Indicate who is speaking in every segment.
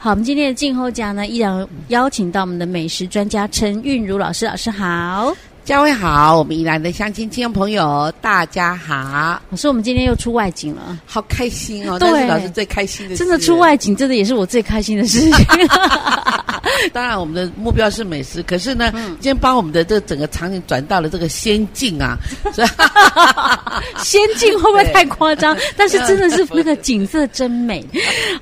Speaker 1: 好，我们今天的静候奖呢，依然邀请到我们的美食专家陈韵如老师，老师好。
Speaker 2: 嘉惠好，我们宜兰的乡亲、亲朋友，大家好，
Speaker 1: 老师，我们今天又出外景了，
Speaker 2: 好开心哦！
Speaker 1: 对
Speaker 2: 但是老师最开心的事
Speaker 1: 真的出。外景，真的也是我最开心的 事情。
Speaker 2: 当然，我们的目标是美食，可是呢，
Speaker 1: 嗯
Speaker 2: 今天把我们的这整个场景转到了这个仙境啊，所以
Speaker 1: 先进会不会
Speaker 2: 对
Speaker 1: 太夸张？但是真的是那个景色真 美。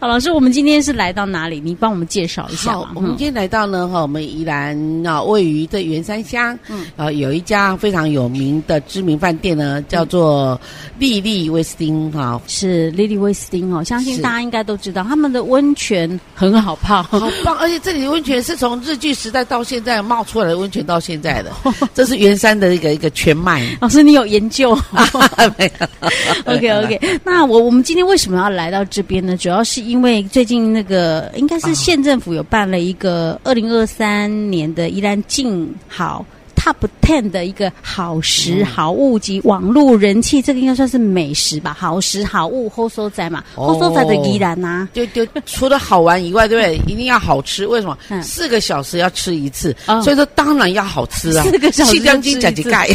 Speaker 1: 好，老师，我们今天是来到哪里？你帮我们介绍一下嗯
Speaker 2: 好
Speaker 1: 吧。，
Speaker 2: 我们今天来到呢，哈，我们宜兰啊，位于这圆山乡，
Speaker 1: 嗯嗯
Speaker 2: 嗯，呃，有一家非常有名的知名饭店呢，叫做丽丽威斯汀哈，
Speaker 1: 是 Lily 威斯汀哦，相信
Speaker 2: 是
Speaker 1: 大家应该都知道，他们的温泉很好泡。
Speaker 2: 好棒！而且这里的温泉是从日据时代到现在冒出来的温泉，到现 在的，这是圆山的一个一个全脉。
Speaker 1: 老师，你有研究
Speaker 2: 没有
Speaker 1: ？OK OK。那我我们今天为什么要来到这边呢？主要是因为最近那个应该是县政府有办了一个二零二三年的宜兰静好 Top Ten 的一个好食好物及网络人气，这个应该算是美食吧？好食好物后收仔嘛，
Speaker 2: 哦
Speaker 1: 后收仔的宜兰呐、
Speaker 2: 就就除了好玩以外，对不对？一定要好吃，为什么？
Speaker 1: 嗯
Speaker 2: 四个小时要吃一次，
Speaker 1: 嗯
Speaker 2: 所以说当然要好吃啊。
Speaker 1: 四个小时
Speaker 2: 细江筋
Speaker 1: 就
Speaker 2: 甲
Speaker 1: 吃一
Speaker 2: 鸡
Speaker 1: 次
Speaker 2: 盖，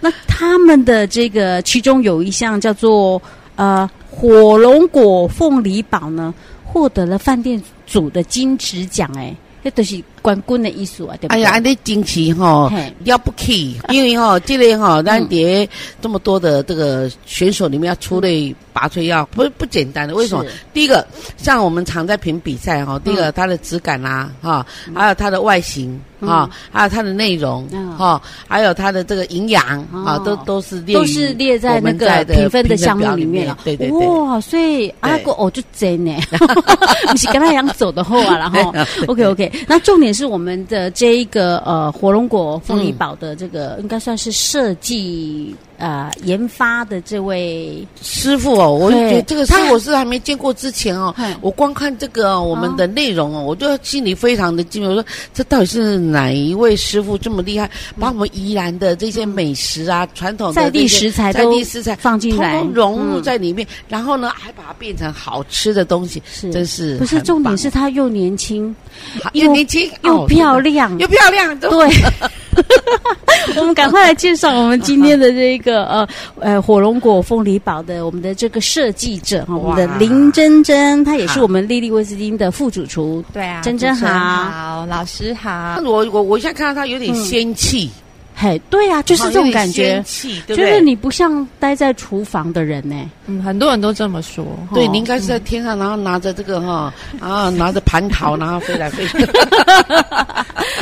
Speaker 1: 那他们的这个其中有一项叫做呃火龙果凤梨堡呢，获得了饭店组的金质奖，哎，这都是冠军的艺术啊，对不
Speaker 2: 哎
Speaker 1: 对？
Speaker 2: 呀，安尼惊奇哈
Speaker 1: 嘿，
Speaker 2: 要不起，因为哈，这类哈，
Speaker 1: 嗯
Speaker 2: 咱碟这么多的这个选手里面要出类拔萃，要不不简单的。为什么
Speaker 1: 是？嗯
Speaker 2: 第一个，像我们常在评比赛哈，第一个它的质感啦，哈，还有它的外形啊，还有它的内容
Speaker 1: 嗯
Speaker 2: 哈，还有它的这个营养啊
Speaker 1: 哦，
Speaker 2: 都都是列
Speaker 1: 都
Speaker 2: 于
Speaker 1: 是列在
Speaker 2: 我
Speaker 1: 那
Speaker 2: 们
Speaker 1: 个
Speaker 2: 在
Speaker 1: 评分的项目
Speaker 2: 表
Speaker 1: 里
Speaker 2: 里
Speaker 1: 面了。
Speaker 2: 对对对。
Speaker 1: 哇，所以阿
Speaker 2: 对
Speaker 1: 哥哦就真 呢，你是跟他养走的后啊， 然后 OK OK。那重点是我们的这一个呃火龙果凤梨堡的这
Speaker 2: 嗯
Speaker 1: 个、应该算是设计呃研发的这位
Speaker 2: 师傅哦，我就觉
Speaker 1: 对
Speaker 2: 得这个师
Speaker 1: 他
Speaker 2: 傅我是还没见过之前哦
Speaker 1: 嗯，
Speaker 2: 我光看这个哦我们的内容哦，我就心里非常的惊讶，我说这到底是哪一位师傅这么厉害，把我们宜兰的这些美食啊、传统的
Speaker 1: 在地
Speaker 2: 这些
Speaker 1: 食材
Speaker 2: 在
Speaker 1: 都
Speaker 2: 地食材
Speaker 1: 放进
Speaker 2: 通
Speaker 1: 来
Speaker 2: 通融入
Speaker 1: 嗯
Speaker 2: 在里面，然后呢还把它变成好吃的东西，
Speaker 1: 是
Speaker 2: 真是
Speaker 1: 不是
Speaker 2: 很
Speaker 1: 重点
Speaker 2: 棒
Speaker 1: 是他又年轻
Speaker 2: 好
Speaker 1: 又
Speaker 2: 又年轻
Speaker 1: 又
Speaker 2: 哦
Speaker 1: 漂亮，
Speaker 2: 又漂亮，对
Speaker 1: 对。我们赶快来介绍我们今天的这个呃呃火龙果凤梨堡的我们的这个设计者哈，我们的
Speaker 2: 哇
Speaker 1: 林珍珍，她也是
Speaker 2: 好
Speaker 1: 我们丽丽威斯汀的副主厨。
Speaker 3: 对啊，
Speaker 1: 珍珍
Speaker 3: 主持人
Speaker 1: 好
Speaker 3: 好，老师好。
Speaker 2: 我我我现在看到它有点
Speaker 1: 嗯
Speaker 2: 仙气，哦
Speaker 1: 嘿，对啊，就是这种感
Speaker 2: 有
Speaker 1: 觉
Speaker 2: 点仙，气，对
Speaker 1: 就
Speaker 2: 不对？
Speaker 1: 是你不像待在厨房的人呢、
Speaker 3: 嗯，很多人都这么说。
Speaker 2: 对，
Speaker 1: 哦
Speaker 2: 你应该是在天上，然后拿着这个哈， 啊，拿着蟠桃，然后飞来飞 去。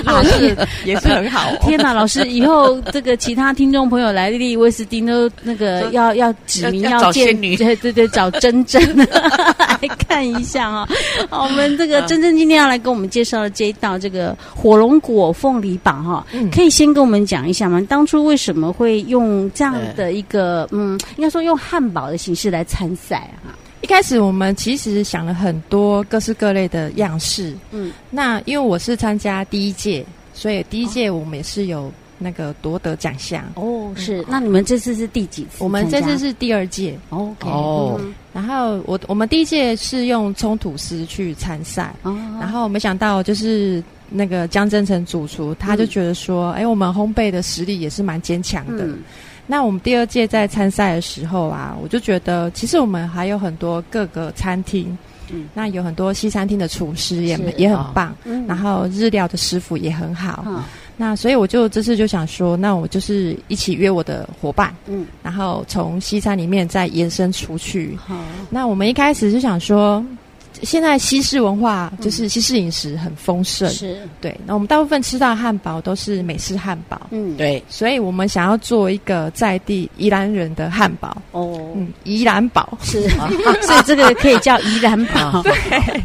Speaker 3: 如果是也是很好、
Speaker 1: 啊天哪，老师，以后这个其他听众朋友来丽丽威斯汀都那个
Speaker 2: 说
Speaker 1: 要要指名
Speaker 2: 要要找
Speaker 1: 见
Speaker 2: 仙女
Speaker 1: 对对对，找珍珍 来看一下啊、哦。好，我们这个
Speaker 2: 啊
Speaker 1: 珍珍今天要来跟我们介绍的这一道这个火龙果凤梨榜哈、
Speaker 3: 嗯
Speaker 1: 可以先跟我们讲一下吗？当初为什么会用这样
Speaker 2: 哎
Speaker 1: 的一个嗯，应该说用汉堡的形式来参赛啊？
Speaker 3: 一开始我们其实想了很多各式各类的样式。
Speaker 1: 嗯
Speaker 3: 嗯，那因为我是参加第一届，所以第一届我们也是有那个夺得奖项。
Speaker 1: 哦，是。那你们这次是第几次参加？
Speaker 3: 嗯我们这次是第二届，
Speaker 1: OK
Speaker 2: 哦
Speaker 1: 嗯
Speaker 3: 然后我我们第一届是用冲吐司去参赛，
Speaker 1: 哦，
Speaker 3: 然后没想到就是那个江真诚主厨，他就觉得说，哎、我们烘焙的实力也是蛮坚强哦的。
Speaker 1: 嗯
Speaker 3: 那我们第二届在参赛的时候啊，我就觉得其实我们还有很多各个餐厅，
Speaker 1: 嗯
Speaker 3: 那有很多西餐厅的厨师也
Speaker 1: 是
Speaker 3: 也很棒，
Speaker 1: 嗯
Speaker 3: 然后日料的师傅也很好。
Speaker 1: 嗯
Speaker 3: 那所以我就这次就想说，那我就是一起约我的伙伴，
Speaker 1: 嗯
Speaker 3: 然后从西餐里面再延伸出去。
Speaker 1: 好。
Speaker 3: 那我们一开始就想说。现在西式文化就是西式饮食很丰盛，
Speaker 1: 嗯是，
Speaker 3: 对。那我们大部分吃到的汉堡都是美式汉堡，
Speaker 1: 嗯，，
Speaker 2: 对，
Speaker 3: 所以我们想要做一个在地宜兰人的汉堡，
Speaker 1: 哦，
Speaker 3: 嗯，宜兰堡。
Speaker 1: 是，所以这个可以叫宜兰堡，对，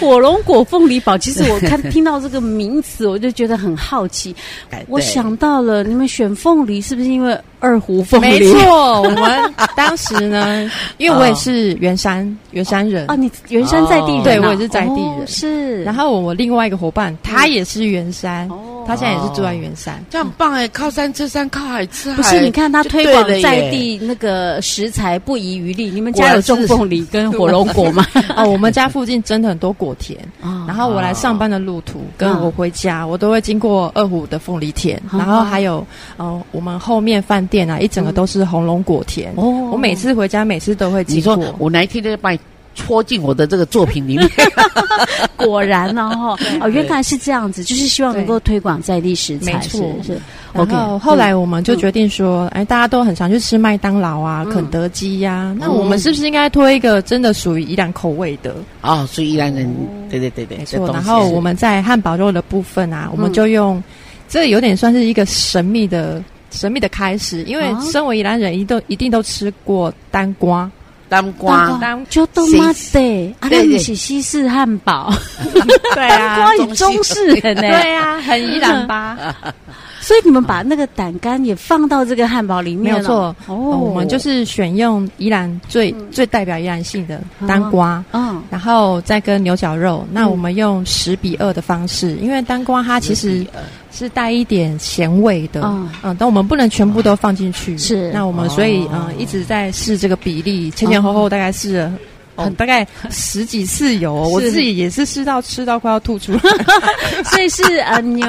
Speaker 1: 火龙果凤梨堡。其实我看听到这个名词，我就觉得很好奇。
Speaker 2: 哎
Speaker 1: 我
Speaker 2: 对
Speaker 1: 想到了，你们选凤梨是不是因为二胡凤
Speaker 3: 没
Speaker 1: 梨？
Speaker 3: 错，我们当时 呢，因为我也是圆山圆山人
Speaker 1: 啊，，你原山在地人啊，
Speaker 3: 对我也是在地人
Speaker 1: 哦是。
Speaker 3: 然后我另外一个伙伴他也是圆山，
Speaker 1: 哦，
Speaker 3: 他现在也是住在圆山。
Speaker 2: 这样很棒哎，靠山吃山，靠海吃海。
Speaker 1: 不是，你看他
Speaker 2: 就
Speaker 1: 推
Speaker 2: 对
Speaker 1: 广
Speaker 2: 了耶
Speaker 1: 在地那个食材不遗余力。你们
Speaker 2: 果
Speaker 1: 家
Speaker 2: 然
Speaker 1: 有种
Speaker 2: 是
Speaker 1: 凤梨跟火龙果吗？
Speaker 3: 哦，我们家附近真的很多果田，
Speaker 1: 啊
Speaker 3: 然后我来上班的路途，跟
Speaker 1: 嗯
Speaker 3: 我回家，我都会经过二虎的凤梨田，
Speaker 1: 嗯
Speaker 3: 然后还有呃，我们后面饭店啊，一整个都是红龙果田。
Speaker 1: 哦，
Speaker 3: 我每次回家，每次都会
Speaker 2: 你
Speaker 3: 经
Speaker 2: 说
Speaker 3: 过。
Speaker 2: 我哪一天就把你戳进我的这个作 品里面？
Speaker 1: 果然呢， 哈，哦，原来是这样子，就是希望能够推广在地食材，
Speaker 3: 没错
Speaker 1: 是是。
Speaker 3: 然
Speaker 1: OK，
Speaker 3: 后后来我们就决定说，哎，大家都很常去吃麦当劳啊、
Speaker 1: 嗯
Speaker 3: 肯德基呀，那
Speaker 2: 嗯
Speaker 3: 我们是不是应该推一个真的属于宜兰口味的？
Speaker 2: 哦，所以宜兰人，对对对对，
Speaker 3: 没
Speaker 2: 哎这
Speaker 3: 错。
Speaker 2: 东
Speaker 3: 然
Speaker 2: 西
Speaker 3: 后
Speaker 2: 是
Speaker 3: 我们在汉堡肉的部分啊，我们
Speaker 1: 嗯
Speaker 3: 就用，这有点算是一个神秘的。神秘的开始，因为
Speaker 1: 啊
Speaker 3: 身为宜兰人，一定都一定都吃过单瓜，
Speaker 2: 当
Speaker 1: 蛋
Speaker 2: 瓜
Speaker 1: 糕
Speaker 3: 当
Speaker 1: 就都妈的，啊，那
Speaker 2: 对
Speaker 1: 你
Speaker 2: 对
Speaker 1: 是西式汉堡，
Speaker 3: 对
Speaker 1: 瓜
Speaker 3: 啊，
Speaker 1: 也中式人呢，
Speaker 3: 对啊，很宜兰吧？
Speaker 1: 所以你们把那个胆干也放到这个汉堡里面
Speaker 3: 没有
Speaker 1: 了
Speaker 3: 错，
Speaker 1: 哦，
Speaker 3: 我们就是选用宜兰最最代表宜兰性的单瓜。
Speaker 1: 嗯，
Speaker 3: 然后再跟牛角肉，那
Speaker 1: 嗯
Speaker 3: 我们用十比二的方式，因为单瓜它其实
Speaker 2: 呃
Speaker 3: 是带一点咸味的，
Speaker 1: 嗯
Speaker 3: 嗯但我们不能全部都放进去。
Speaker 1: 哦是
Speaker 3: 那我们所以
Speaker 2: 哦
Speaker 3: 嗯一直在试这个比例，前前后后大概试了。很、大概十几次有、哦，我
Speaker 1: 是
Speaker 3: 自己也是试到吃到快要吐出来。
Speaker 1: 所以是呃 牛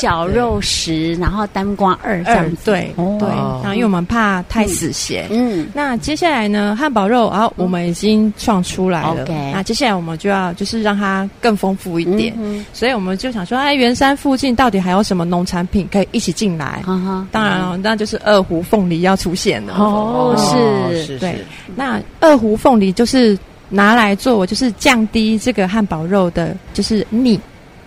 Speaker 1: 绞肉十，然后单瓜二 这样
Speaker 3: 嗯
Speaker 1: 子，
Speaker 3: 对、
Speaker 1: 哦
Speaker 3: 对，然后因为我们怕太死咸，
Speaker 1: 嗯，
Speaker 3: 那接下来呢，汉堡肉啊，我们已经创出来了。
Speaker 1: OK
Speaker 3: 那接下来我们就要就是让它更丰富一点，
Speaker 1: 嗯
Speaker 3: 所以我们就想说，哎，圆山附近到底还有什么农产品可以一起进来？
Speaker 1: 哼，哈
Speaker 3: 当然了，那就是二胡凤梨要出现
Speaker 2: 嗯
Speaker 3: 了。
Speaker 1: 哦是
Speaker 2: 是
Speaker 3: 对
Speaker 2: 是
Speaker 3: 那二胡凤梨就是拿来做，就是降低这个汉堡肉的，就是腻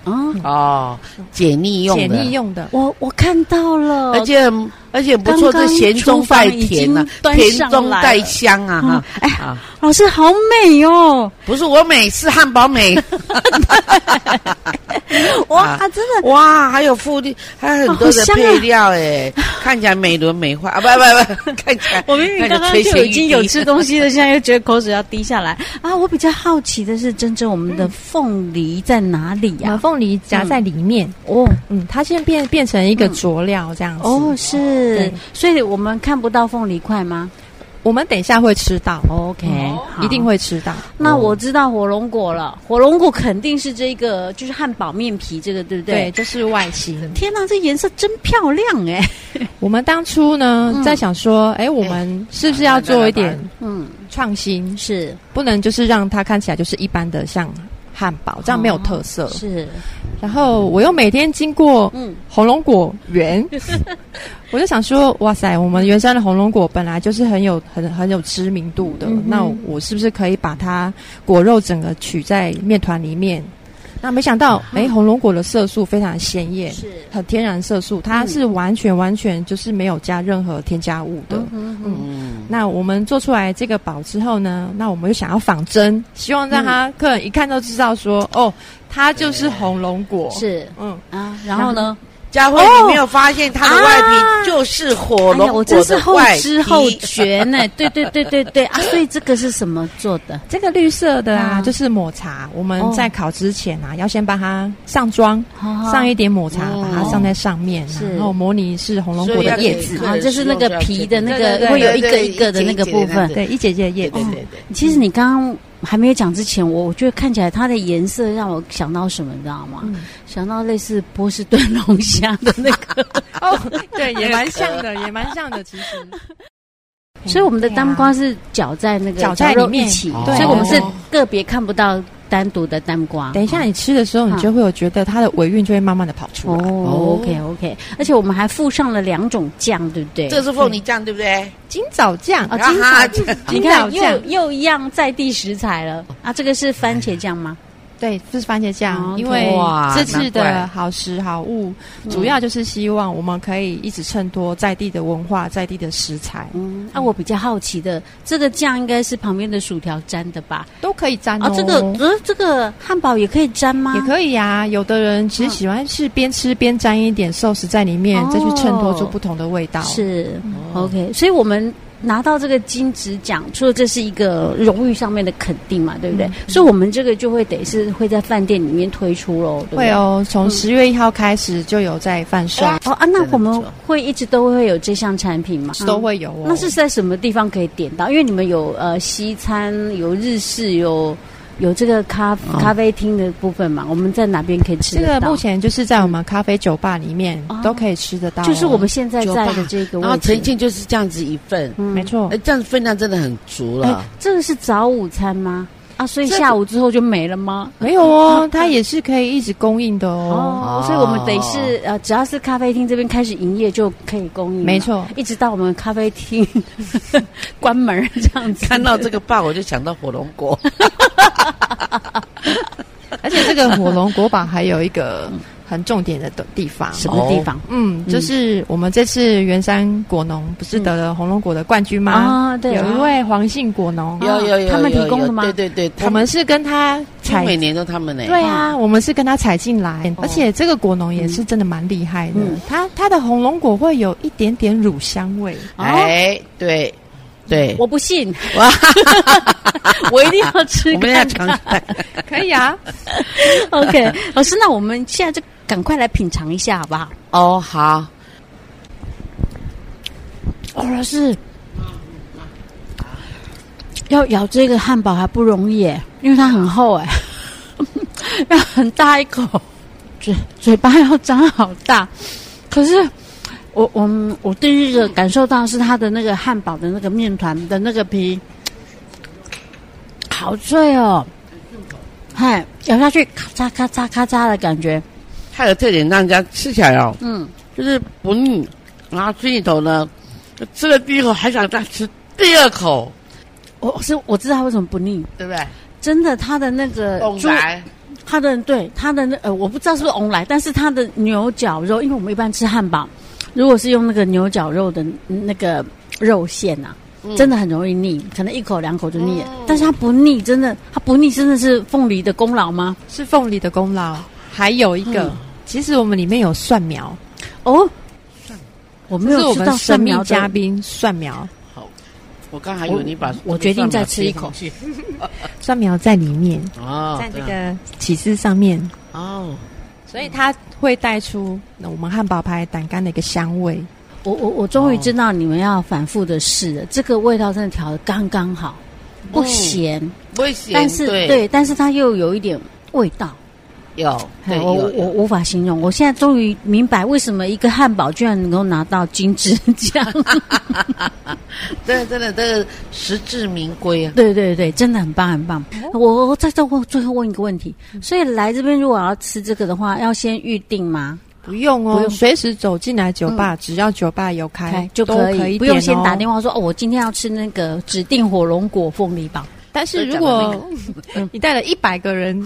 Speaker 1: 啊，
Speaker 2: 哦，解腻用
Speaker 3: 解
Speaker 2: 的
Speaker 3: 腻，用的。
Speaker 1: 我我看到了，
Speaker 2: 而且很而且很不错，
Speaker 1: 刚
Speaker 2: 这
Speaker 1: 刚
Speaker 2: 咸中带
Speaker 1: 厨
Speaker 2: 甜啊
Speaker 1: 房已经，端
Speaker 2: 甜
Speaker 1: 上
Speaker 2: 中
Speaker 1: 来
Speaker 2: 带
Speaker 1: 了
Speaker 2: 香啊哈。
Speaker 1: 哎
Speaker 2: 啊
Speaker 1: 老师好美哦，
Speaker 2: 不是我美是汉堡美，
Speaker 1: 哇，
Speaker 2: 啊
Speaker 1: 真 的
Speaker 2: 哇，还有附的，还有很多
Speaker 1: 哦好
Speaker 2: 的
Speaker 1: 香啊
Speaker 2: 配 料哎，看起来美轮美奂啊！不不不， 看起来
Speaker 1: 我明明
Speaker 2: 那个
Speaker 1: 刚刚
Speaker 2: 垂
Speaker 1: 就
Speaker 2: 涎
Speaker 1: 已
Speaker 2: 欲
Speaker 1: 经有
Speaker 2: 滴
Speaker 1: 吃东西了，现在又觉得口水要滴下来啊！我比较好奇的是，真正我们的凤梨在哪里
Speaker 3: 把
Speaker 1: 呀、
Speaker 3: 凤梨夹在里面，
Speaker 1: 哦
Speaker 3: 嗯，它现在变变成一个
Speaker 1: 嗯
Speaker 3: 佐料这样子。
Speaker 1: 哦，是
Speaker 3: 对，
Speaker 1: 所以我们看不到凤梨块吗
Speaker 3: 我们等一下会吃到，
Speaker 1: ？OK，、好
Speaker 3: 一定。会吃到。
Speaker 1: 那我知道火龙果了，火龙果肯定是这个，就是汉堡面皮这个，对不对？
Speaker 3: 对，就是外形。
Speaker 1: 天哪，这颜色真漂亮哎、
Speaker 3: 我们当初呢，
Speaker 1: 嗯
Speaker 3: 在想说，哎，我们是不是要做一点
Speaker 1: 嗯，
Speaker 3: 创新？
Speaker 1: 是
Speaker 3: 不能就是让它看起来就是一般的像汉堡，这样没有特色。
Speaker 1: 嗯是，
Speaker 3: 然后我又每天经过
Speaker 1: 嗯
Speaker 3: 红龙果 园，我就想说，哇塞，我们原山的红龙果本来就是很有很很有知名度的，
Speaker 1: 嗯哼
Speaker 3: 那我是不是可以把它果肉整个取在面团里面？那没想到，哎，红龙果的色素非常鲜艳，
Speaker 1: 是
Speaker 3: 很天然色素，它
Speaker 1: 嗯
Speaker 3: 是完全完全就是没有加任何添加物的。
Speaker 1: 嗯嗯
Speaker 2: 嗯，
Speaker 3: 那我们做出来这个堡之后呢，那我们就想要仿真，希望让他客人一看都知道说，哦，它就是红龙果。，
Speaker 1: 是
Speaker 3: 嗯，
Speaker 1: 啊，然后呢？
Speaker 2: 佳慧，你没有发现它的外
Speaker 1: 哦啊
Speaker 2: 皮就是火
Speaker 1: 哎呀，
Speaker 2: 龙
Speaker 1: 我
Speaker 2: 果
Speaker 1: 真是
Speaker 2: 的
Speaker 1: 后
Speaker 2: 外
Speaker 1: 知后
Speaker 2: 皮？
Speaker 1: 觉呢。 对对对对对啊！所以这个是什么做的？
Speaker 3: 这个绿色的啊，
Speaker 1: 啊
Speaker 3: 就是抹茶。我们
Speaker 1: 哦
Speaker 3: 在烤之前啊，要先把它上妆，
Speaker 1: 上
Speaker 3: 上一点抹茶，
Speaker 2: 哦
Speaker 3: 把它上在上面，
Speaker 1: 是
Speaker 3: 然后模拟是红龙果
Speaker 2: 所以要
Speaker 3: 的叶
Speaker 2: 给
Speaker 3: 子
Speaker 2: 客。
Speaker 1: 啊，就是那个皮的那
Speaker 3: 对对
Speaker 1: 个
Speaker 3: 对
Speaker 1: 会有一
Speaker 2: 对
Speaker 1: 个
Speaker 2: 对
Speaker 1: 一个的那个部分。
Speaker 2: 对
Speaker 3: 对，一节节的叶
Speaker 2: 对
Speaker 3: 子
Speaker 2: 对。对对，
Speaker 1: 其实你刚刚还没有讲之前，我我觉得看起来它的颜色让我想到什么，你知道吗？
Speaker 3: 嗯
Speaker 1: 想到类似波士顿龙虾的那个。
Speaker 3: 哦，对，也蛮像的，也蛮像的，其实。哦啊
Speaker 1: 所以我们的单瓜是搅在那个
Speaker 3: 搅在
Speaker 1: 肉
Speaker 3: 里面
Speaker 1: 一起，
Speaker 2: 哦
Speaker 1: 所以我们是
Speaker 3: 哦
Speaker 1: 个别看不到单独的单瓜。
Speaker 3: 等一下你吃的时候，你就会有觉得它的尾韵就会慢慢的跑出来。
Speaker 1: 哦，OK OK，而且我们还附上了两种酱，对不对？
Speaker 2: 这是凤梨酱对不对？
Speaker 3: 金枣酱
Speaker 1: 啊，
Speaker 2: 啊
Speaker 1: 金
Speaker 2: 哈
Speaker 1: 枣
Speaker 2: 这
Speaker 1: 你
Speaker 3: 金
Speaker 1: 看
Speaker 3: 枣
Speaker 1: 又
Speaker 3: 酱，
Speaker 1: 又一样在地食材了啊！这个是番茄酱吗？
Speaker 3: 对，是番茄酱，
Speaker 1: 哦
Speaker 3: 因为
Speaker 2: 哇
Speaker 3: 这次
Speaker 2: 难怪
Speaker 3: 的好食好物，
Speaker 1: 嗯
Speaker 3: 主要就是希望我们可以一直衬托在地的文化、在地的食材，
Speaker 1: 嗯，啊，我比较好奇的，这个酱应该是旁边的薯条沾的吧？
Speaker 3: 都可以沾
Speaker 1: 啊
Speaker 3: 哦。，
Speaker 1: 这个呃，这个汉堡也可以沾吗？
Speaker 3: 也可以啊，有的人其实喜欢是边吃边沾一点寿司在里面，
Speaker 1: 哦
Speaker 3: 再去衬托出不同的味道。
Speaker 1: 是 OK，所以我们拿到这个金质奖，除了这是一个荣誉上面的肯定嘛，对不对？所以我们这个就会得是会在饭店里面推出喽，对不
Speaker 3: 会
Speaker 1: 对？
Speaker 3: 哦，从十月一号开始就有在贩售，
Speaker 1: 哦啊，那
Speaker 2: 真的
Speaker 1: 我们
Speaker 2: 不错
Speaker 1: 会一直都会有这项产品嘛？
Speaker 3: 都
Speaker 1: 嗯
Speaker 3: 会有哦。
Speaker 1: 那是在什么地方可以点到？因为你们有呃西餐、有日式、有有这个咖
Speaker 2: 哦
Speaker 1: 咖啡厅的部分嘛？我们在哪边可以吃
Speaker 3: 啊这
Speaker 1: 得
Speaker 3: 个
Speaker 1: 到？嗯
Speaker 3: 目前就是在我们咖啡酒吧里面
Speaker 1: 哦
Speaker 3: 都可以吃得到哦，
Speaker 1: 就是我们现在
Speaker 2: 酒
Speaker 1: 在
Speaker 2: 吧
Speaker 1: 的这个
Speaker 2: 然后
Speaker 1: 位
Speaker 2: 呈
Speaker 1: 置。
Speaker 2: 现就是这样子一份，
Speaker 1: 嗯
Speaker 3: 啊没错
Speaker 2: 哎，，这样分量真的很足了。
Speaker 1: 这个是早午餐吗？啊，所以
Speaker 3: 这个
Speaker 1: 下午之后就没了吗？
Speaker 3: 没有哦，它也是可以一直供应的哦。
Speaker 1: 嗯哦，所以我们得是呃，只要是咖啡厅这边开始营业就可以供应，
Speaker 3: 没，错，
Speaker 1: 一直到我们咖啡厅 关门这样子。
Speaker 2: 看到这个爸，我就想到火龙果，
Speaker 3: 而且这个火龙国宝还有一个很重点的地方，
Speaker 1: 什么地方
Speaker 3: 嗯，就是我们这次圆山果农不是得了红龙果的冠军吗？
Speaker 1: 啊？嗯对，
Speaker 3: 有一位黄姓果农，
Speaker 2: 有有有，
Speaker 1: 啊他们
Speaker 2: 有
Speaker 1: 提供的
Speaker 2: 有
Speaker 1: 吗
Speaker 2: 对对对，
Speaker 3: 我
Speaker 2: 他
Speaker 3: 们是跟他
Speaker 2: 他
Speaker 3: 采
Speaker 2: 每年都他们呢。
Speaker 3: 对啊，我们是跟他采进来，而且这个果农也是真的蛮厉害的
Speaker 1: 哦嗯。
Speaker 3: 它它的红龙果会有一点点乳香 味，
Speaker 2: 哎，对对，
Speaker 1: 我不信， 我一定要吃
Speaker 2: 我们要
Speaker 1: 看
Speaker 2: 尝
Speaker 1: 看。
Speaker 3: 可以啊。
Speaker 1: OK，老师，那我们现在就赶快来品尝一下，好不好？
Speaker 2: 哦，好，
Speaker 1: 哦，老师，要咬这个汉堡还不容易耶， 因为它很厚哎，要很大一口，嘴嘴巴要张好大。可是我我我第一个感受到是它的那个汉堡的那个面团的那个皮，好脆哦，嗨，咬下去咔嚓咔嚓咔嚓的感觉，
Speaker 2: 它有特点让人家吃起来哦，
Speaker 1: 嗯，
Speaker 2: 就是不腻，然后吃一口呢，吃了第一口还想再吃第二口，
Speaker 1: 我我是我知道它为什么不腻。
Speaker 2: 对不对？
Speaker 1: 真的，它的那个
Speaker 2: 懂
Speaker 1: 猪
Speaker 2: 来
Speaker 1: 它的对它的那呃，我不知道是不是翁来，但是它的牛角肉，因为我们一般吃汉堡，如果是用那个牛角肉的那个肉馅呐、
Speaker 3: 嗯
Speaker 1: 真的很容易腻，可能一口两口就腻了。但是它不腻，真的，它不腻，真的是凤梨的功劳吗？
Speaker 3: 是凤梨的功劳，还有一个，
Speaker 1: 嗯
Speaker 3: 其实我们里面有蒜苗，
Speaker 1: 哦，我没
Speaker 3: 这是
Speaker 1: 有
Speaker 3: 我
Speaker 1: 吃到蒜
Speaker 3: 们神秘
Speaker 1: 苗的
Speaker 3: 嘉宾蒜苗，
Speaker 2: 好，我刚还以为你把
Speaker 1: 我决定再吃一口
Speaker 3: 蒜苗在里面，
Speaker 2: 哦，
Speaker 3: 在这
Speaker 2: 对啊
Speaker 3: 个起司上面，
Speaker 2: 哦，
Speaker 3: 所以它会带出我们汉堡排胆干的一个香味。
Speaker 1: 我我我终于知道你们要反复的试
Speaker 3: 哦
Speaker 1: 了，这个味道真的调的刚刚好，不
Speaker 2: 嗯
Speaker 1: 咸，
Speaker 2: 危险，
Speaker 1: 但是
Speaker 2: 对
Speaker 1: 但是它又有一点味道。
Speaker 2: 有对
Speaker 1: 哎我
Speaker 2: 有
Speaker 1: 我
Speaker 2: 有，
Speaker 1: 无法形容，我现在终于明白为什么一个汉堡居然能够拿到金质 奖。
Speaker 2: 真的真的这个实至名归啊！
Speaker 1: 对对对，真的很棒很棒。我我再再问最后问一个问题，所以来这边如果要吃这个的话，要先预定吗？
Speaker 3: 不用
Speaker 1: 不
Speaker 3: 哦，
Speaker 1: 用
Speaker 3: 随时走进来酒吧，只要酒吧有开
Speaker 1: 就
Speaker 3: 都
Speaker 1: 可哦
Speaker 3: 以点
Speaker 1: 不用先打电
Speaker 3: 话。
Speaker 1: 话说哦，我今天要吃那个指定火龙果凤梨堡，
Speaker 3: 但是如果你带了一百个人，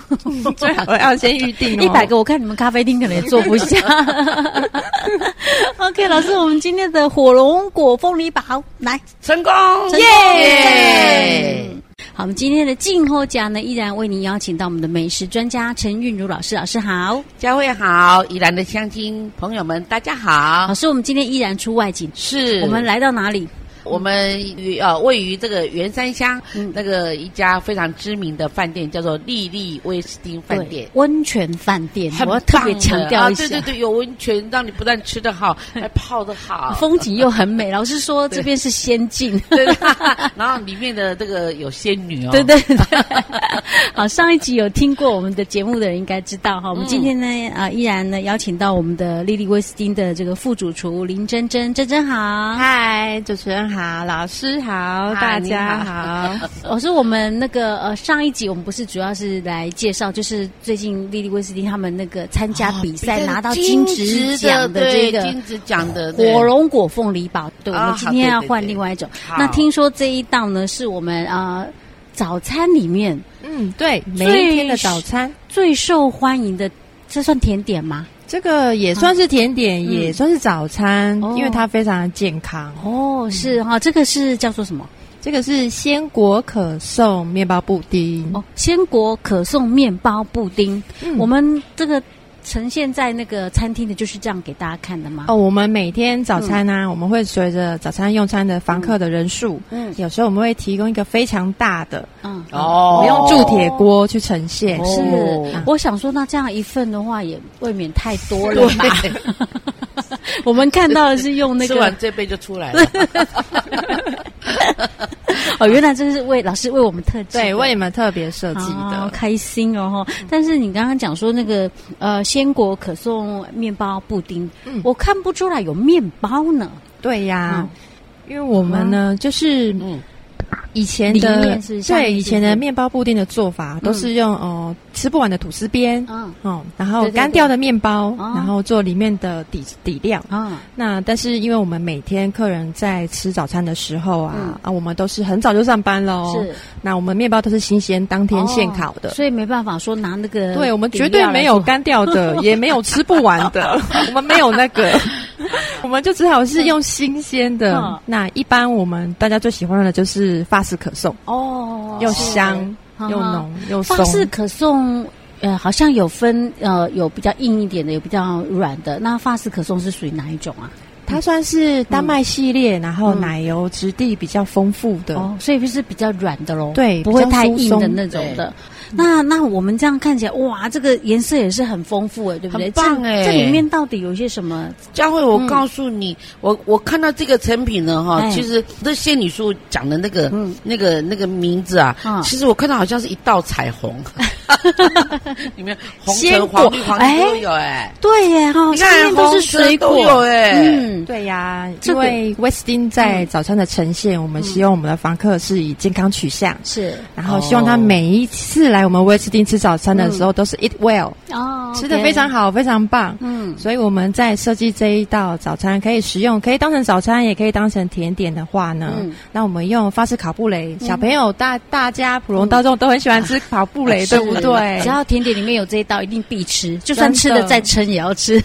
Speaker 3: 最好要先预定哦
Speaker 1: 一百个，我看你们咖啡厅可能也坐不 下。OK，老师，我们今天的火龙果凤梨堡来。
Speaker 2: 成功，
Speaker 1: 耶
Speaker 2: 耶！
Speaker 1: 好，我们今天的静候家呢，依然为您邀请到我们的美食专家陈韵如老师，老师好，
Speaker 2: 佳慧好，宜兰的乡亲朋友们，大家好
Speaker 1: 老，师，我们今天依然出外景，
Speaker 2: 是
Speaker 1: 我们来到哪里？
Speaker 2: 我们与呃位于这个圆山乡、
Speaker 1: 嗯
Speaker 2: 那个一家非常知名的饭店，叫做丽丽威斯汀饭店
Speaker 1: 对。温泉饭店，
Speaker 2: 很
Speaker 1: 我要特别
Speaker 2: 棒的
Speaker 1: 强调一
Speaker 2: 啊，对
Speaker 1: 下
Speaker 2: 对。对，有温泉，让你不但吃 得好，还泡得好。
Speaker 1: 风景又很 美，老师说
Speaker 2: 对
Speaker 1: 这边是仙 境，
Speaker 2: 对对，然后里面的这个有仙女哦，
Speaker 1: 对对对。 好，上一集有听过我们的节目的人应该知道
Speaker 2: 嗯
Speaker 1: 哈，我们今天呢啊、依然呢邀请到我们的莉莉威斯汀的这个副主厨林珍珍，珍珍好，
Speaker 3: 嗨，主持人好，老师好，
Speaker 2: 嗨
Speaker 3: 大
Speaker 2: 你
Speaker 3: 家
Speaker 2: 好
Speaker 3: 好。
Speaker 1: 老师，我们那个呃上一集我们不是主要是来介绍，就是最近莉莉威斯汀他们那个参加比赛、
Speaker 2: 哦比较
Speaker 1: 拿到
Speaker 2: 精
Speaker 1: 金
Speaker 2: 致
Speaker 1: 质奖的这
Speaker 2: 对
Speaker 1: 个
Speaker 2: 金质奖的对
Speaker 1: 火龙果凤梨堡，对，我
Speaker 2: 啊
Speaker 1: 们今天
Speaker 2: 好
Speaker 1: 要
Speaker 2: 对对
Speaker 1: 换
Speaker 2: 对
Speaker 1: 另外一种。
Speaker 2: 好
Speaker 1: 那听说这一道呢是我们啊、呃早餐里面
Speaker 3: 嗯，对，每
Speaker 1: 最
Speaker 3: 一天的早餐，
Speaker 1: 最受欢迎的，这算甜点吗？
Speaker 3: 这个也算是甜点，
Speaker 1: 嗯
Speaker 3: 也算是早餐，
Speaker 1: 哦
Speaker 3: 因为它非常健康。
Speaker 1: 哦，是哈、这个是叫做什么？
Speaker 3: 这个是鲜果可颂
Speaker 1: 哦
Speaker 2: 嗯
Speaker 3: 面包布丁，
Speaker 1: 哦，鲜果可颂面包布丁。
Speaker 3: 嗯
Speaker 1: 我们这个呈现在那个餐厅的就是这样给大家看的吗？
Speaker 3: 哦，我们每天早餐呢、我们会随着早餐用餐的房客的人数，
Speaker 1: 嗯
Speaker 3: 有时候我们会提供一个非常大的，
Speaker 1: 嗯，
Speaker 2: 哦
Speaker 3: 我们用铸铁锅去呈现。
Speaker 2: 哦
Speaker 1: 是
Speaker 2: 哦，
Speaker 1: 我想说，那这样一份的话也未免太多了 吧？
Speaker 2: 对，
Speaker 1: 我们看到的是用那
Speaker 2: 吃
Speaker 1: 个
Speaker 2: 完这杯就出来 了。
Speaker 1: 哦，原来这是为老师为我们特制的，啊
Speaker 3: 对，为你们特别设计
Speaker 1: 好哦
Speaker 3: 的。
Speaker 1: 开心哦哈！但是你刚刚讲说那个呃，鲜果可颂面包布丁，
Speaker 3: 嗯
Speaker 1: 我看不出来有面包呢。
Speaker 3: 对呀
Speaker 1: 嗯，
Speaker 3: 因为我们呢，就是
Speaker 2: 嗯，
Speaker 3: 以前
Speaker 1: 里
Speaker 3: 的
Speaker 1: 面是下面
Speaker 3: 对
Speaker 1: 是
Speaker 3: 以前的面包布丁的做法，都是用哦吃不完的吐司边，
Speaker 1: 嗯
Speaker 3: 哦，然后
Speaker 1: 对对对
Speaker 3: 干掉的面包，
Speaker 1: 哦
Speaker 3: 然后做里面的底底料。
Speaker 1: 啊，
Speaker 3: 那但是因为我们每天客人在吃早餐的时候啊、
Speaker 1: 嗯
Speaker 3: 啊，我们都是很早就上班喽。
Speaker 1: 是哦
Speaker 3: 那我们面包都是新鲜当天现烤的。
Speaker 1: 所以没办法说拿那个，
Speaker 3: 对，我们绝对没有。干掉的，也没有吃不完 的，我们没有那 个，我们就只好是用新鲜的。
Speaker 1: 嗯
Speaker 3: 那一般我们大家最喜欢的就是法式可颂，
Speaker 1: 哦，
Speaker 3: 又
Speaker 1: 是
Speaker 3: 香
Speaker 1: 哈哈
Speaker 3: 又浓又松
Speaker 1: 法。式可颂。呃，好像有分，呃，有比较硬一点的，有比较软的。那法式可颂是属于哪一种啊？
Speaker 3: 它算是丹麦系列，然后
Speaker 1: 嗯
Speaker 3: 奶油质地比较丰富的。
Speaker 1: 哦，所以就是比较软的喽，
Speaker 3: 对
Speaker 1: 不会
Speaker 3: 比较
Speaker 1: 太
Speaker 3: 疏
Speaker 1: 硬的
Speaker 3: 松
Speaker 1: 那种的。那那我们这样看起来，哇，这个颜色也是很丰富哎，对不对？
Speaker 2: 很棒
Speaker 1: 这
Speaker 2: 哎
Speaker 1: 这里面到底有些什么？
Speaker 2: 佳慧，我
Speaker 1: 嗯
Speaker 2: 告诉你，我我看到这个成品呢，哈，
Speaker 1: 哎
Speaker 2: 其实这仙女树讲的那个、
Speaker 1: 嗯
Speaker 2: 那个、那个名字啊，
Speaker 1: 嗯
Speaker 2: 其实我看到好像是一道 彩虹，里面红
Speaker 1: 鲜
Speaker 2: 橙
Speaker 1: 果
Speaker 2: 黄绿黄绿都有哎、
Speaker 1: 对耶哈，哦
Speaker 2: 你
Speaker 1: 上
Speaker 2: 看
Speaker 1: 面都是水
Speaker 2: 红
Speaker 1: 果
Speaker 2: 橙都有哎
Speaker 1: 嗯，
Speaker 3: 对呀、
Speaker 1: 这
Speaker 3: 因
Speaker 1: 个嗯
Speaker 3: 为 Westin 在早餐的呈现，我们希望我们的房客是以健康取向，
Speaker 1: 是
Speaker 3: 然后希望他
Speaker 2: 哦
Speaker 3: 每一次来我们 Westin 吃早餐的时候都是 eat well，、
Speaker 1: 嗯哦，
Speaker 3: 吃的非常
Speaker 1: 好，
Speaker 3: 好，非常棒。
Speaker 1: 嗯，
Speaker 3: 所以我们在设计这一道早餐，可以食用，可以当成早餐，也可以当成甜点的话呢，
Speaker 1: 嗯
Speaker 3: 那我们用法式烤布雷，小朋友大大家普罗大众都很喜欢吃烤布雷，对不
Speaker 1: 是
Speaker 3: 对？
Speaker 1: 只要甜点里面有这一道，一定必吃，就算
Speaker 3: 真的
Speaker 1: 吃的再撑也要吃。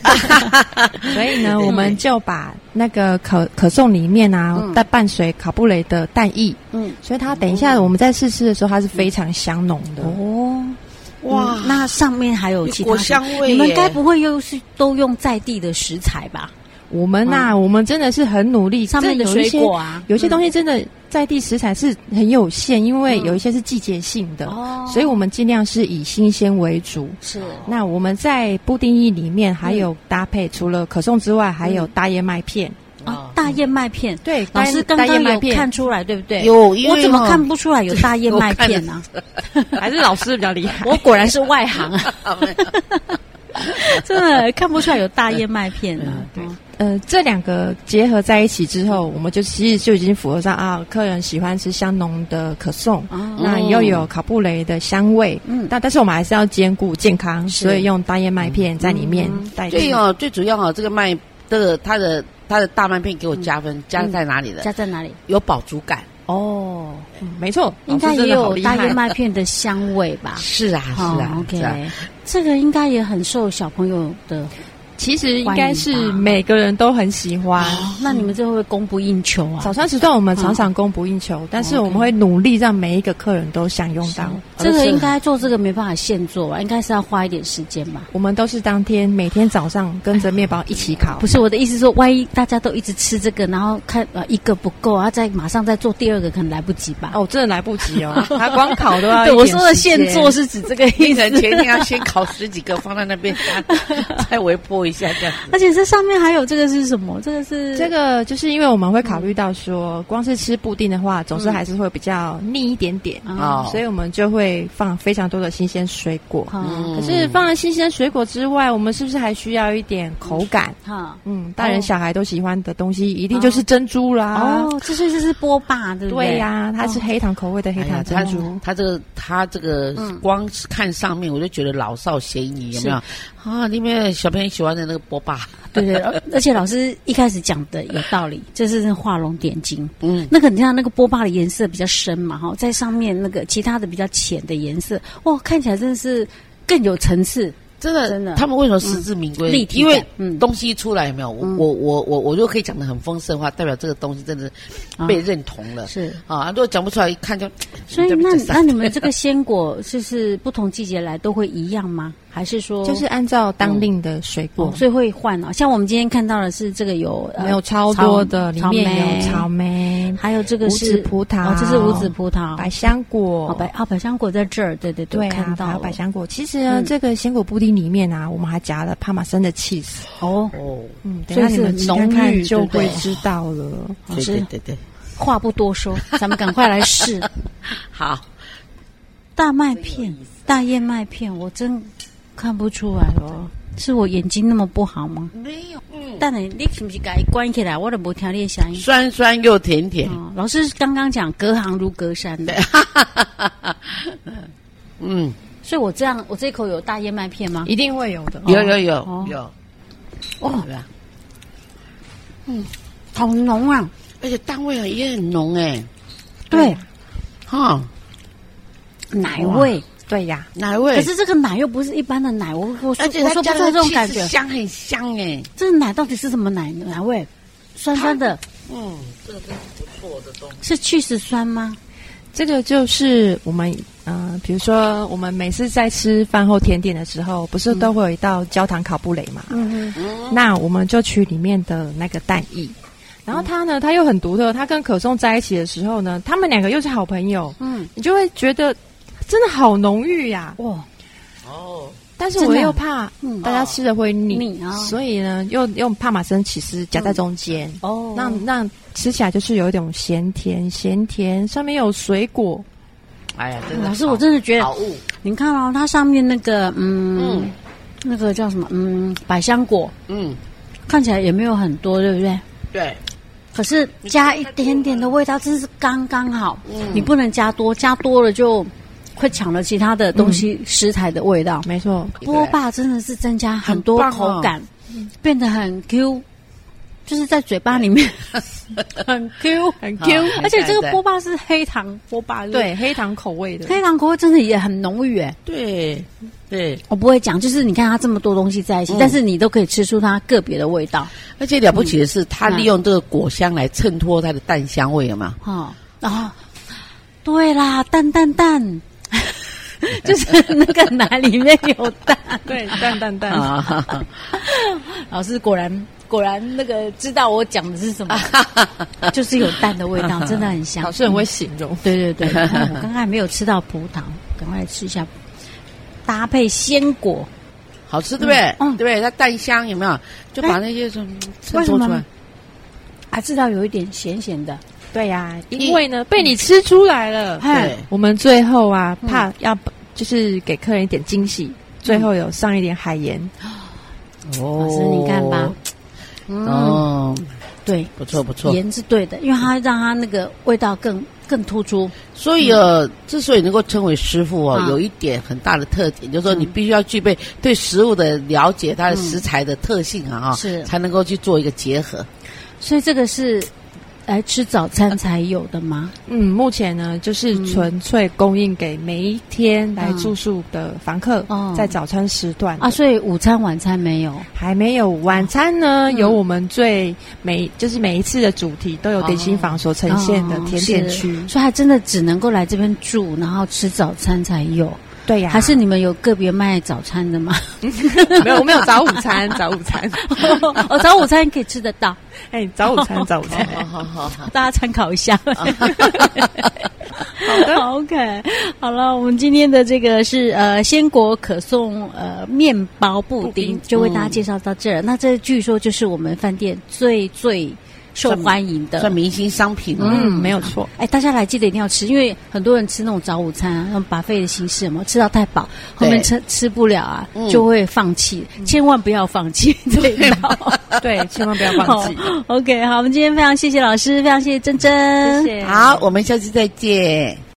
Speaker 3: 所以呢，我们就把那个可可颂里面啊
Speaker 1: 嗯，
Speaker 3: 再伴随卡布雷的蛋液，
Speaker 1: 嗯，
Speaker 3: 所以它等一下我们在试吃的时候，它是非常香浓的。
Speaker 1: 哦，
Speaker 2: 哇
Speaker 1: 嗯，那上面还有其他
Speaker 2: 果
Speaker 1: 的
Speaker 2: 香味
Speaker 1: 你
Speaker 2: 耶，
Speaker 1: 们该不会又是都用在地的食材吧？
Speaker 3: 我们呐、我们真的是很努力，
Speaker 1: 上面的
Speaker 3: 这哦有一
Speaker 1: 水
Speaker 3: 些
Speaker 1: 果啊，
Speaker 3: 有一些东西真的在地食材是很有限，因为有一些是季节性的，
Speaker 1: 哦
Speaker 3: 所以我哦们尽量是以新鲜为主。
Speaker 1: 是
Speaker 3: 那我们在布丁意里面还有搭配，除了可颂之外，还有大燕麦片。
Speaker 1: 啊，大燕麦片。
Speaker 3: 嗯对，
Speaker 1: 老
Speaker 3: 大
Speaker 1: 师
Speaker 3: 燕
Speaker 1: 刚
Speaker 3: 大
Speaker 1: 刚
Speaker 3: 燕麦
Speaker 1: 有
Speaker 3: 片
Speaker 1: 看出来，对不对？
Speaker 2: 有，因
Speaker 1: 我
Speaker 2: 为
Speaker 1: 怎么
Speaker 2: 哈
Speaker 1: 看不出来有大燕麦片呢、
Speaker 3: 还是老师比较厉害。
Speaker 1: 我果然是外行，啊 真的看不出来有大燕麦片呢、啊。嗯
Speaker 3: 呃，这两个结合在一起之后，我们就其实就已经符合上啊，客人喜欢吃香浓的可颂，
Speaker 1: 哦
Speaker 3: 那又有卡布雷的香味，
Speaker 1: 嗯
Speaker 3: 嗯，但但是我们还是要兼顾健康，
Speaker 1: 是
Speaker 3: 所以用大燕麦片在里面代替。
Speaker 2: 最哦最主要哦，这个麦这个它的它的大麦片给我加
Speaker 1: 嗯
Speaker 2: 分，加在哪里
Speaker 1: 加
Speaker 2: 的？
Speaker 1: 在哪里？
Speaker 2: 有饱足感。
Speaker 3: 哦，嗯没错，
Speaker 1: 应该
Speaker 3: 老师真
Speaker 1: 也
Speaker 3: 的好
Speaker 1: 有
Speaker 3: 厉
Speaker 1: 大
Speaker 3: 害
Speaker 1: 燕麦片的香味吧？
Speaker 2: 是啊，是
Speaker 1: 哦
Speaker 2: 啊，是啊。
Speaker 1: ，OK，这个应该也很受小朋友的。
Speaker 3: 其实应该是每个人都很喜欢。
Speaker 1: 那你们这会不会供不应求啊？
Speaker 3: 嗯早餐时段我们常常供不应求，但是我们会努力让每一个客人都享用到。
Speaker 1: 这个应该做这个没办法现做啊吧？应该是要花一点时间吧？
Speaker 3: 我们都是当天每天早上跟着面包一起烤
Speaker 1: 不。是我的意思是说，万一大家都一直吃这个，然后看呃一个不够，啊，再马上再做第二个，可能来不及吧？
Speaker 3: 哦，真的来不 及哦，他光烤都要
Speaker 1: 对，
Speaker 3: 一
Speaker 1: 我
Speaker 3: 点
Speaker 1: 说的
Speaker 3: 时间
Speaker 1: 现做是指这个意
Speaker 2: 病
Speaker 1: 思。
Speaker 2: 人前一天要先烤十几个放在那边， 再微波一下这样子。
Speaker 1: 而且这上面还有这个是什么？这个是
Speaker 3: 这个，就是因为我们会考虑到说，光是吃布丁的话，总是还是会比较腻一点点，
Speaker 1: 啊，
Speaker 2: 哦
Speaker 3: 所以我们就会放非常多的新鲜水果。
Speaker 1: 好
Speaker 2: 嗯
Speaker 3: 可是放了新鲜水果之外，我们是不是还需要一点口感？
Speaker 1: 好
Speaker 3: 嗯，大
Speaker 1: 哦
Speaker 3: 人小孩都喜欢的东西，一定就是珍珠啦。
Speaker 1: 哦，这是这是波霸，对不
Speaker 3: 对
Speaker 1: 对哦
Speaker 3: 呀、它是黑糖口味的黑
Speaker 2: 哎呀
Speaker 3: 糖
Speaker 2: 他
Speaker 3: 珍珠。
Speaker 2: 他这个他这个
Speaker 1: 嗯
Speaker 2: 光是看上面，我就觉得老少咸宜，有没有啊？里面小朋友喜欢的那个波霸，
Speaker 1: 对对，而 而且老师一开始讲的有道理，这是画龙点睛。
Speaker 2: 嗯，
Speaker 1: 那个你看那个波霸的颜色比较深嘛，哈，在上面那个其他的比较浅的颜色，哇，看起来真的是更有层次。
Speaker 2: 真的，
Speaker 1: 真的
Speaker 2: 他们为什么实至名归？
Speaker 1: 立体
Speaker 2: 因
Speaker 1: 感
Speaker 2: 为
Speaker 1: 嗯
Speaker 2: 东西一出来有没有？我我我我我就可以讲的很丰盛的话，代表这个东西真的
Speaker 1: 啊
Speaker 2: 被认同了
Speaker 1: 是。
Speaker 2: 啊。如果讲不出来，一看就
Speaker 1: 所以
Speaker 2: 这边
Speaker 1: 那
Speaker 2: 这啥
Speaker 1: 那你们这个鲜果就是不同季节来都会一样吗？还是说
Speaker 3: 就是按照当令的水果
Speaker 1: 哦，，所以会换哦？像我们今天看到的是这个有呃
Speaker 3: 没有超多的，里
Speaker 1: 草
Speaker 3: 面有草
Speaker 1: 莓，
Speaker 3: 莓、
Speaker 1: 还有这个
Speaker 3: 无籽
Speaker 1: 是
Speaker 3: 葡萄
Speaker 1: 哦，这是无籽葡萄，
Speaker 3: 百香
Speaker 1: 哦
Speaker 3: 果、
Speaker 1: 百啊百香果在这儿，对对
Speaker 3: 对
Speaker 1: 我
Speaker 3: 啊
Speaker 1: 看，到
Speaker 3: 还
Speaker 1: 了
Speaker 3: 有百香果。其实呢，
Speaker 1: 嗯
Speaker 3: 这个鲜果布丁里面啊，我们还夹了帕玛森的 cheese。
Speaker 1: 哦，
Speaker 2: 哦，
Speaker 3: 嗯，
Speaker 1: 所
Speaker 3: 等
Speaker 1: 以
Speaker 3: 一下你们
Speaker 1: 是
Speaker 3: 吃看
Speaker 1: 浓郁
Speaker 3: 看就
Speaker 1: 对不对
Speaker 3: 会知道了。
Speaker 1: 老
Speaker 2: 对对
Speaker 1: 师
Speaker 2: 对对，
Speaker 1: 话不多说，咱们赶快来试
Speaker 2: 好，
Speaker 1: 大麦片、大燕麦片，我真看不出来哦，是我眼睛那么不好吗？
Speaker 2: 没有，嗯，
Speaker 1: 但你你是不是给它关起来？我都没听你的声音。
Speaker 2: 酸酸又甜甜，
Speaker 1: 哦，老师刚刚讲隔行如隔山的，
Speaker 2: 嗯，
Speaker 1: 所以我这样，我这口有大燕麦片吗？
Speaker 3: 一定会有的
Speaker 2: 嗯有有有、
Speaker 1: 哦
Speaker 2: 有，
Speaker 1: 哦
Speaker 2: 对，吧？
Speaker 1: 好浓啊！
Speaker 2: 而且蛋味也很浓哎，
Speaker 1: 对，
Speaker 2: 哈，
Speaker 1: 奶味，
Speaker 3: 对呀，
Speaker 2: 奶味，
Speaker 1: 可是这个奶又不是一般的奶，我我说
Speaker 2: 而且
Speaker 1: 我
Speaker 2: 它
Speaker 1: 说不
Speaker 2: 加
Speaker 1: 出来
Speaker 2: 的
Speaker 1: 这种感
Speaker 2: cheese
Speaker 1: 觉，
Speaker 2: 香很香哎，
Speaker 1: 这奶到底是什么奶奶味？酸酸的，
Speaker 2: 嗯，
Speaker 1: 是去死酸吗？
Speaker 3: 这个就是我们。嗯，比如说我们每次在吃饭后甜点的时候，不是都会有一道焦糖烤布蕾嘛？
Speaker 1: 嗯嗯，
Speaker 3: 那我们就取里面的那个蛋液，然后它呢，它又很独特，它跟可颂在一起的时候呢，他们两个又是好朋友，
Speaker 1: 嗯，
Speaker 3: 你就会觉得真的好浓郁呀、
Speaker 1: 哇，
Speaker 2: 哦，
Speaker 3: 但是
Speaker 1: 真的
Speaker 3: 我又怕
Speaker 1: 嗯
Speaker 3: 大家吃的会腻，
Speaker 1: 腻啊
Speaker 3: 所以呢，又用帕玛森起司夹在中间，
Speaker 1: 哦，
Speaker 3: 那那吃起来就是有一种咸甜，咸甜上面有水果，
Speaker 2: 哎呀，真的好，
Speaker 1: 老师，我真的觉
Speaker 2: 好
Speaker 1: 得，
Speaker 2: 物，
Speaker 1: 你看哦，它上面那个，嗯
Speaker 2: 嗯，
Speaker 1: 那个叫什么，嗯，百香果，
Speaker 2: 嗯，
Speaker 1: 看起来也没有很多，对不对？
Speaker 2: 对，
Speaker 1: 可是加一点点的味道，真是刚刚好。
Speaker 2: 嗯
Speaker 1: 你不能加多，加多了就会抢了其他的东西、
Speaker 2: 嗯
Speaker 1: 食材的味道。
Speaker 3: 没 错，
Speaker 1: 波霸真的是增加很多
Speaker 2: 很棒哦
Speaker 1: 口感，变得很 Q，就是在嘴巴里面很 Q 很
Speaker 2: Q
Speaker 1: 而且这
Speaker 2: 对
Speaker 1: 个波霸是黑糖波霸，
Speaker 3: 对，黑糖口味 的
Speaker 1: 不，黑糖口味真的也很浓郁诶。
Speaker 2: 对对，
Speaker 1: 我不会讲，就是你看它这么多东西在一起，
Speaker 2: 嗯
Speaker 1: 但是你都可以吃出它个别的味道。
Speaker 2: 而且了不起的是，它利用这个果香来衬托它的蛋香味，有吗？
Speaker 1: 哦，哦，对啦，蛋蛋蛋， 就是那个奶里面有蛋。
Speaker 3: 对，淡淡淡
Speaker 2: 啊，哈哈
Speaker 1: 嗯老师果然果然那个知道我讲的是什么， 就是有蛋的味 道，真的很
Speaker 3: 老
Speaker 1: 香。
Speaker 3: 师很会形容，
Speaker 1: 对对对，嗯我刚刚还没有吃到葡萄，赶快来吃一下，搭配鲜果。
Speaker 2: 好吃对不对？
Speaker 1: 嗯嗯哎
Speaker 2: 对不对？它蛋香有没有？就把那些什么衬托出
Speaker 1: 为什
Speaker 2: 来
Speaker 1: 么？啊，知道有一点咸咸的，
Speaker 3: 对呀、因为呢被你吃出来了，
Speaker 1: 哎
Speaker 2: 对，
Speaker 3: 我们最后啊怕要就是给客人一点惊喜，最后有上一点海盐，
Speaker 2: 哦
Speaker 1: 老师你看吧，嗯，
Speaker 2: 哦，
Speaker 1: 对，
Speaker 2: 不错不错。
Speaker 1: 盐是对的，因为它让它那个味道更更突出。
Speaker 2: 所以呃，之所以能够称为师傅哦
Speaker 1: 啊，
Speaker 2: 有一点很大的特点，就是说你必须要具备对食物的了解，它的食材的特性啊，哈
Speaker 1: 是
Speaker 2: 才能够去做一个结合。
Speaker 1: 所以这个是来吃早餐才有的吗？
Speaker 3: 嗯，目前呢就是纯粹供应给每一天来
Speaker 1: 嗯
Speaker 3: 住宿的房客，
Speaker 1: 哦
Speaker 3: 在早餐时段
Speaker 1: 啊，所以午餐晚餐没有。
Speaker 3: 还没有晚餐呢，
Speaker 1: 嗯
Speaker 3: 有我们最每就是每一次的主题都有点心坊所呈现的
Speaker 1: 哦
Speaker 3: 甜点区，
Speaker 1: 所以还真的只能够来这边住，然后吃早餐才有。
Speaker 3: 对啊呀、
Speaker 1: 还是你们有个别卖早餐的吗？
Speaker 3: 没有我们有早午餐，早午餐，
Speaker 1: 哦，早午餐可以吃得到，
Speaker 3: 哎、早午餐，早午 餐，
Speaker 2: 好好好好，
Speaker 1: 大家参考一下。
Speaker 3: 好哦的，
Speaker 1: OK，好了，我们今天的这个是呃鲜果可颂呃面包布
Speaker 3: 布
Speaker 1: 丁
Speaker 3: 丁，嗯
Speaker 1: 就为大家介绍到这儿。那这据说就是我们饭店最最受
Speaker 2: 算
Speaker 1: 欢迎的
Speaker 2: 算明星商品哦。
Speaker 3: 嗯，没有错，
Speaker 1: 哎，大家来记得一定要吃，因为很多人吃那种早午餐啊，那种把费的形式有没有吃到太饱，后
Speaker 2: 对
Speaker 1: 面吃吃不了啊，
Speaker 2: 嗯
Speaker 1: 就会放弃。千万不要放弃这一道。
Speaker 3: 对，千万不要忘记，
Speaker 1: 好 OK，好，我们今天非常谢谢老师，非常谢谢珍珍，
Speaker 3: 谢谢
Speaker 2: 好，我们下次再见。